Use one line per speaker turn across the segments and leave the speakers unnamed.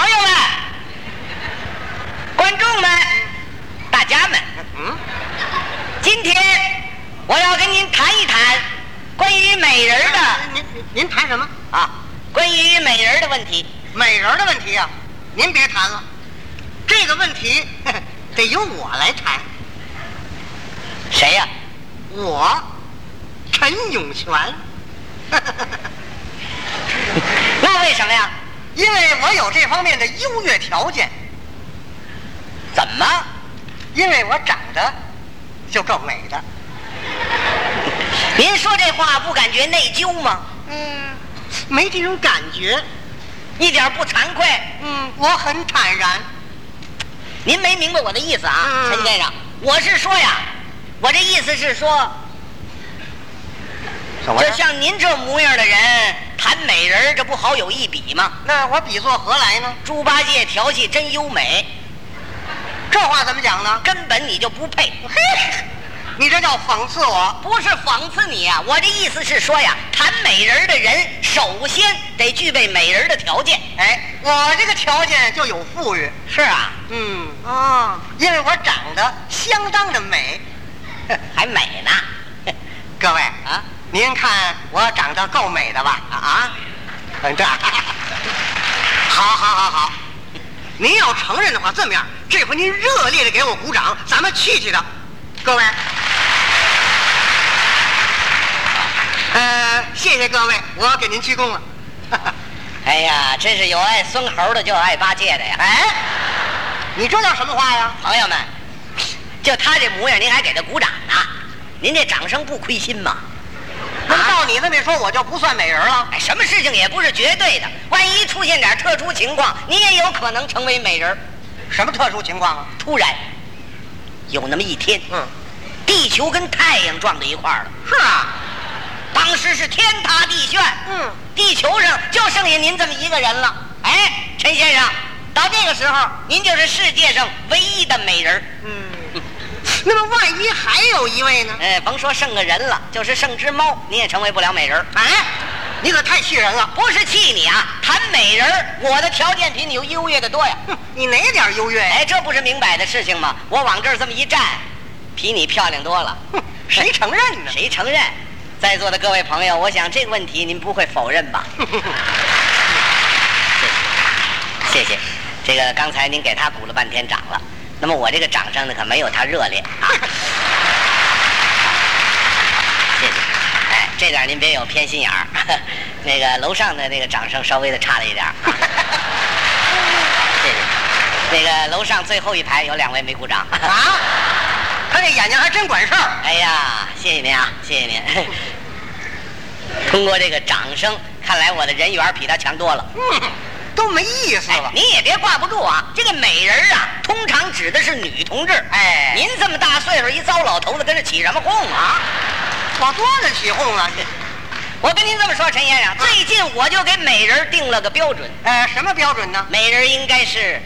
嗯的问题，啊美人儿的问题啊，您别谈了，这个问题 得由我来谈。
谁呀、
我，陈永泉，
那为什么呀？
因为我有这方面的优越条件，
怎么？
因为我长得就够美的。
您说这话不感觉内疚吗？
嗯，没这种感觉。
一点儿不惭愧？
嗯，我很坦然。
您没明白我的意思啊，
嗯
陈先生，我是说呀，我这意思是说，
怎
就像您这模样的人谈美人儿，这不好有一比吗？
那我比作何来呢？
猪八戒调戏真优美，
这话怎么讲呢？
根本你就不配。
嘿，你这叫讽刺我。
不是讽刺你啊，我这意思是说呀，谈美人儿的人首先得具备美人儿的条件。
哎，我这个条件就有富裕。
是啊，
嗯啊，因为我长得相当的美。
还美呢。
各位
啊，
您看我长得够美的吧？啊，嗯，这，好好好好，您要承认的话，这么样，这回您热烈的给我鼓掌，咱们气气的，各位。呃，谢谢各位，我给您鞠躬了。
哎呀，真是有爱孙猴的，就有爱八戒的呀。
哎，你这叫什么话呀？
朋友们，就他这模样，您还给他鼓掌呢？您这掌声不亏心吗？
那么照你这么一说，我就不算美人了。
哎，什么事情也不是绝对的，万一出现点特殊情况，您也有可能成为美人儿。
什么特殊情况啊？
突然，有那么一天，
嗯，
地球跟太阳撞到一块儿了，
是啊，
当时是天塌地陷。
嗯，
地球上就剩下您这么一个人了。哎，陈先生，到这个时候，您就是世界上唯一的美人儿。
嗯。那么万一还有一位呢？
哎，甭说剩个人了，就是剩只猫，你也成为不了美人儿。
哎，你可太气人了！
不是气你啊，谈美人儿，我的条件比你优越的多呀。
哼，你哪点优越呀？
哎，这不是明摆的事情吗？我往这儿这么一站，比你漂亮多了。
哼，谁承认呢？
谁承认？在座的各位朋友，我想这个问题您不会否认吧？谢谢。这个刚才您给他鼓了半天掌了，那么我这个掌声呢，可没有他热烈啊。谢谢。哎，这点您别有偏心眼儿。那个楼上的那个掌声稍微的差了一点儿。谢谢。那个楼上最后一排有两位没鼓掌。
啊，他这眼睛还真管事儿。
哎呀，谢谢您啊，谢谢您。 通过这个掌声，看来我的人缘儿比他强多了。
嗯，都没意思
哎
了。
您也别挂不住啊，这个美人儿啊，通常指的是女同志。
哎
您这么大岁数，一糟老头子，跟着起什么哄啊？
我多了起哄啊了。
我跟您这么说，陈先生，
啊
最近我就给美人儿定了个标准，
呃，什么标准呢？
美人儿应该是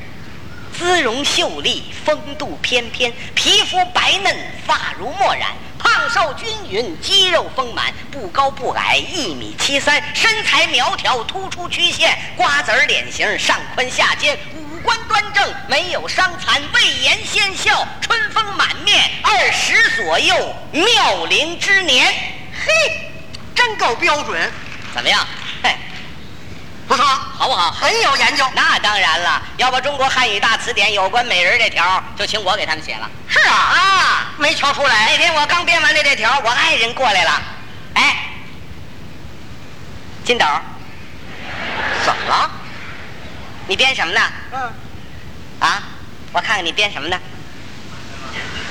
姿容秀丽、风度翩翩、皮肤白嫩、发如墨染、胖瘦均匀、肌肉丰满、不高不矮，一米七三，身材苗条，突出曲线，瓜子儿脸型，上宽下尖，五官端正，没有伤残，媚颜鲜笑，春风满面，二十左右，妙龄之年。
嘿，真够标准，
怎么样？嘿，
不错，
好不好？
很有研究。
那当然了，要不中国汉语大词典有关美人这条，就请我给他们写了。
是啊，
啊，
没瞧出来。
那天我刚编完这这条，我爱人过来了，哎，金斗，
怎么了？
你编什么呢？
嗯，
啊，我看看你编什么呢？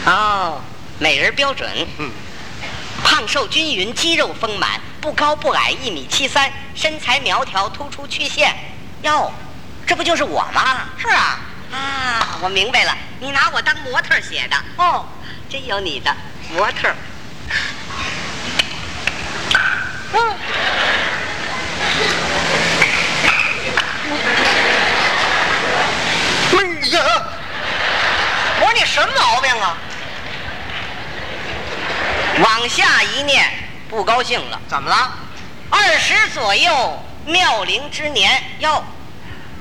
哦，美人标准，
嗯，
胖瘦均匀，肌肉丰满，不高不矮，一米七三，身材苗条，突出曲线。哟，这不就是我吗？
是啊。
啊，我明白了，你拿我当模特儿写的。
哦，
真有你的模特儿。
嗯哎呀，我说你什么毛病啊？
往下一念，不高兴了。
怎么了？
二十左右，妙龄之年哟。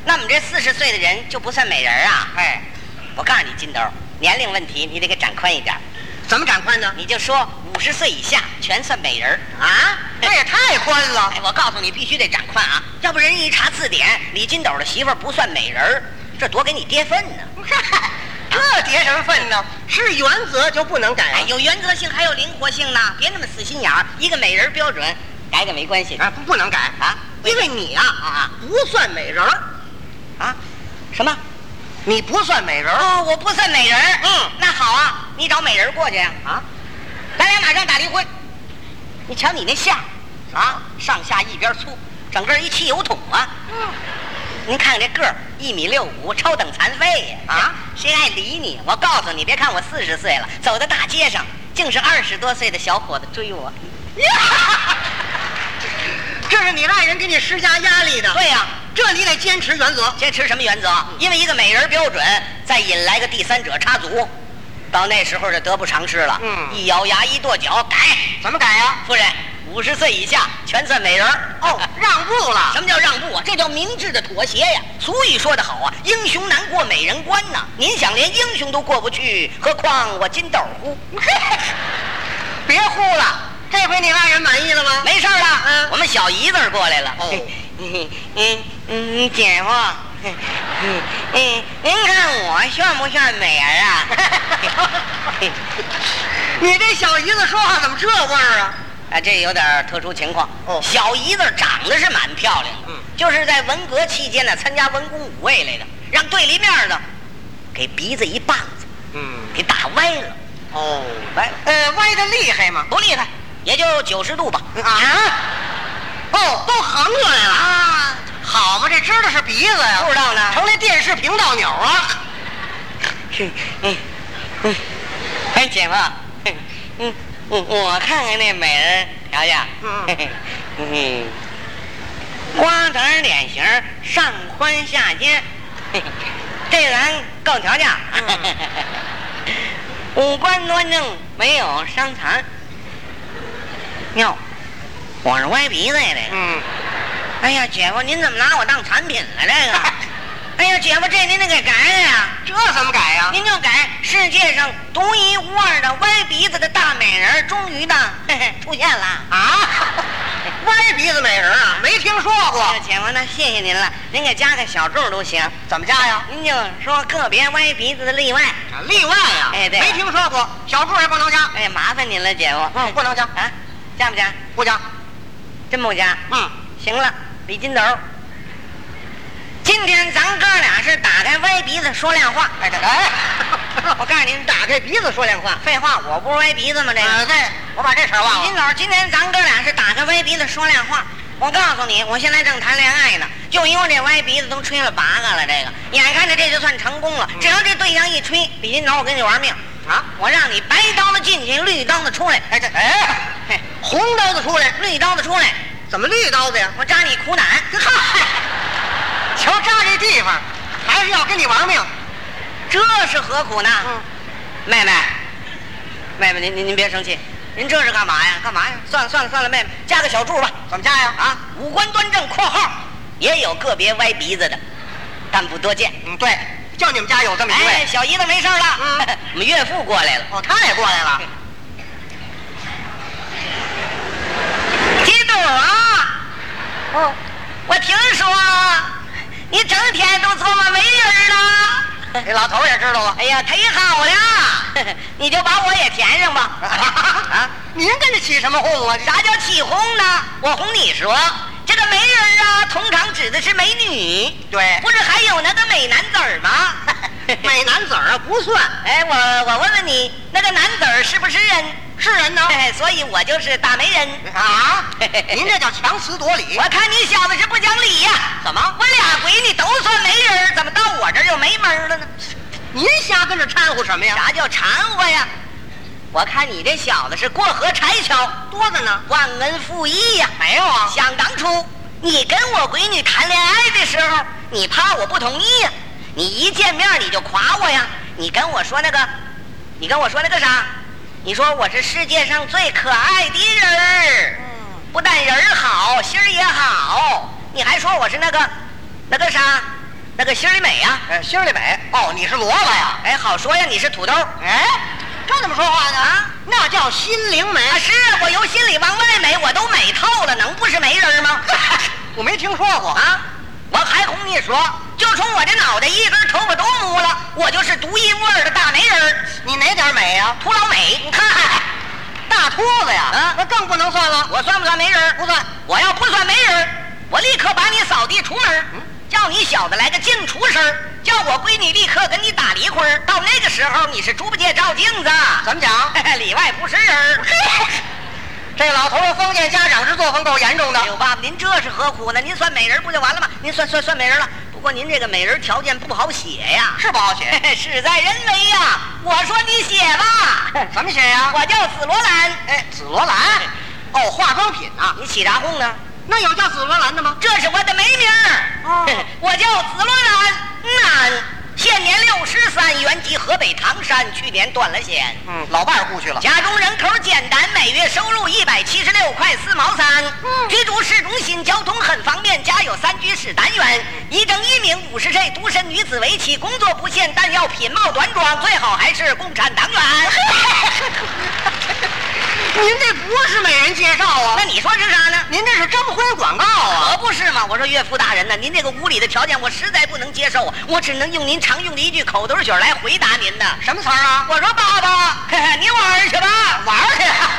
那么这四十岁的人就不算美人儿啊？
哎，
我告诉你，金兜儿，年龄问题你得给展宽一点儿。
怎么长宽呢？
你就说五十岁以下全算美人儿。
啊，那也太宽了
哎，，我告诉你，必须得长宽啊，要不人一查字典，李金斗的媳妇儿不算美人儿，这多给你跌份呢。
这结什么分呢？是原则就不能改
哎，
啊
有原则性，还有灵活性呢，别那么死心眼儿。一个美人儿标准，改改没关系
啊，不不能改
啊
因为你呀啊不算美人儿，
啊。什么？
你不算美人儿
哦，我不算美人儿。
嗯
那好啊，你找美人儿过去呀、
啊
咱俩马上打离婚。你瞧你那相，啊，上下一边粗，整个一汽油桶啊。您看看这个儿，一米六五，超等残废呀！
啊，
谁爱理你？我告诉你，别看我四十岁了，走在大街上，竟是二十多岁的小伙子追我。
这是你爱人给你施加压力的。
对呀、
这你得坚持原则。
坚持什么原则？因为一个美人标准，再引来个第三者插足，到那时候就得不偿失了。
嗯
一咬牙一跺脚，改。
怎么改啊呀、
夫人，五十岁以下全算美人儿。
哦，让步了。
什么叫让步啊？这叫明智的妥协呀！俗语说得好啊，英雄难过美人关呐、您想连英雄都过不去，何况我金斗 乎？
别呼了，这回你爱人满意了吗？
没事儿了，
嗯
我们小姨子儿过来了。
哦
嗯嗯嗯，姐夫，嗯嗯，您看我算不算美人啊？
你这小姨子说话怎么这味儿啊？
啊，这有点儿特殊情况。
哦
小姨子长得是蛮漂亮的，
嗯
就是在文革期间呢，参加文工武卫来的，让对立面的给鼻子一棒子
嗯，
给打歪了，
哦，
歪了
呃，歪的厉害吗？
不厉害，也就九十度吧。
啊？哦，都横过来了啊！好吧，这知道是鼻子呀，
不知道呢
成那电视频道钮啊！
嗯嗯嗯，哎，姐夫，嗯嗯，我我看看那美人条件，
嗯
嘿嘿嗯，瓜子儿脸型儿，上宽下尖，嘿嘿这咱够条件。
嗯
五官端正，没有伤残。哟，我是歪鼻子呀，这个。
嗯，
哎呀，姐夫，您怎么拿我当产品了？这个。 哎呀，姐夫，这您得给改改呀、
这怎么改呀、
您就改世界上独一无二的歪鼻子的大美人儿，终于呢嘿嘿出现了。
啊？歪鼻子美人啊，没听说
这。
过
哎姐夫，那谢谢您了，您给加个小注都行。
怎么加呀？
您就说个别歪鼻子的例外。
啊例外呀、
哎对
没听说过，小柱也不能加，
哎，麻烦您了，姐夫。
嗯，不能加，
啊，加不加？
不加，
真不加。
嗯，
行了，李金斗，今天咱哥俩是打开歪鼻子说亮话。
哎对，哎，
我告诉您，
打开鼻子说亮话，
废话，我不是歪鼻子吗？这个。
呃，对，我把这事儿忘
李金
了，
斗，今天咱哥俩是打开歪鼻子说亮话。我告诉你，我现在正谈恋爱呢，就因为这歪鼻子都吹了八嘎了，这个眼看着这就算成功了。只要这对象一吹，李金斗，我跟你玩命，
嗯啊，
我让你白刀子进去，绿刀子出来，
哎这，哎，
嘿，
红刀子出来，
绿刀子出来，
怎么绿刀子呀？
我扎你苦胆。
瞧扎这地方，还是要跟你玩命，
这是何苦呢？
嗯
妹妹，妹妹，您您您别生气，您这是干嘛呀？干嘛呀？算了算了算了，妹妹，加个小注吧。
怎么加呀？
啊，五官端正（括号）也有个别歪鼻子的，但不多见。
嗯，对，就你们家有这么一
哎，
位，
小姨子没事儿了，
嗯
我们岳父过来了，嗯
哦，他也过来了，
金斗啊，哦，我听说你整天都做美人了。
这老头儿也知道啊 了，
哎呀，忒好了， 你就把我也填上吧。啊，
您跟这起什么哄啊？
啥叫起哄呢？我哄你说，这个媒人啊，通常指的是美女，
对，
不是还有那个美男子儿吗？
美男子儿啊不算，
哎，我我问问你，那个男子儿是不是人？
是人呢。
哎，所以我就是大媒人。
啊， 您这叫强词夺理
我。看你小子是不讲理呀、怎么？我俩闺女都算媒人儿，怎么到我这儿就没门儿了呢？
您瞎跟这掺和什么呀？
啥叫掺和呀？我看你这小子是过河拆桥，
多的呢？
忘恩负义呀、
没有啊。
想当初，你跟我闺女谈恋爱的时候，你怕我不同意呀、你一见面你就夸我呀，你跟我说那个，你跟我说那个啥，你说我是世界上最可爱的人儿，
嗯
不但人儿好，心儿也好，你还说我是那个，那个啥，那个心儿美呀、
哦呃，心里美。哦，你是萝卜呀？
哎，好说呀，你是土豆，
哎，
这怎么说话呢？啊，
那叫心灵美。
是啊我由心里往外美，我都美透了，能不是媒人 吗？
我没听说过啊，
啊，我还红一说，就冲我这脑袋一根头发都秃了，我就是独一无二的大媒人儿，
你哪点美呀、
秃老美。你看，
大秃子呀，
啊
那更不能算了。
我算不算媒人儿？
不算，
我要不算媒人儿，我立刻把你扫地出门儿，
嗯
叫你小子来个净厨师儿，叫我闺女立刻跟你打离婚儿。到那个时候，你是猪八戒照镜子，
怎么讲？
里外不是人儿。
这老头儿封建家长制作风够严重的
哎。呦，爸爸，您这是何苦呢？您算美人不就完了吗？您算算算美人了，不过您这个美人条件不好写呀，
是不好写
事在人为呀。我说你写吧，
怎么写呀、
我叫紫罗兰，
哎，紫罗兰，哦，化妆品啊，
你起啥哄呢？
那有叫紫罗兰的吗？
这是我的美名儿，
哦
我叫紫罗兰，嗯，现年六十三，原籍河北唐山，去年断了险。
嗯，老伴儿雇去了。
家中人口简单，每月收入一百七十六块四毛三，居住市中心，交通很方便，家有三居室单元，一正一名五十岁独身女子为妻，工作不限，但要品貌端庄，最好还是共产 党员。
您这不是美人介绍啊
那，你说是啥呢？
您这是征婚广告啊。
可哦不是嘛！我说岳父大人呢，您这个无理的条件我实在不能接受啊，我只能用您常用的一句口头语儿来回答您呢。
什么词儿啊？
我说爸爸，嘿嘿，你玩儿去吧，玩去。啊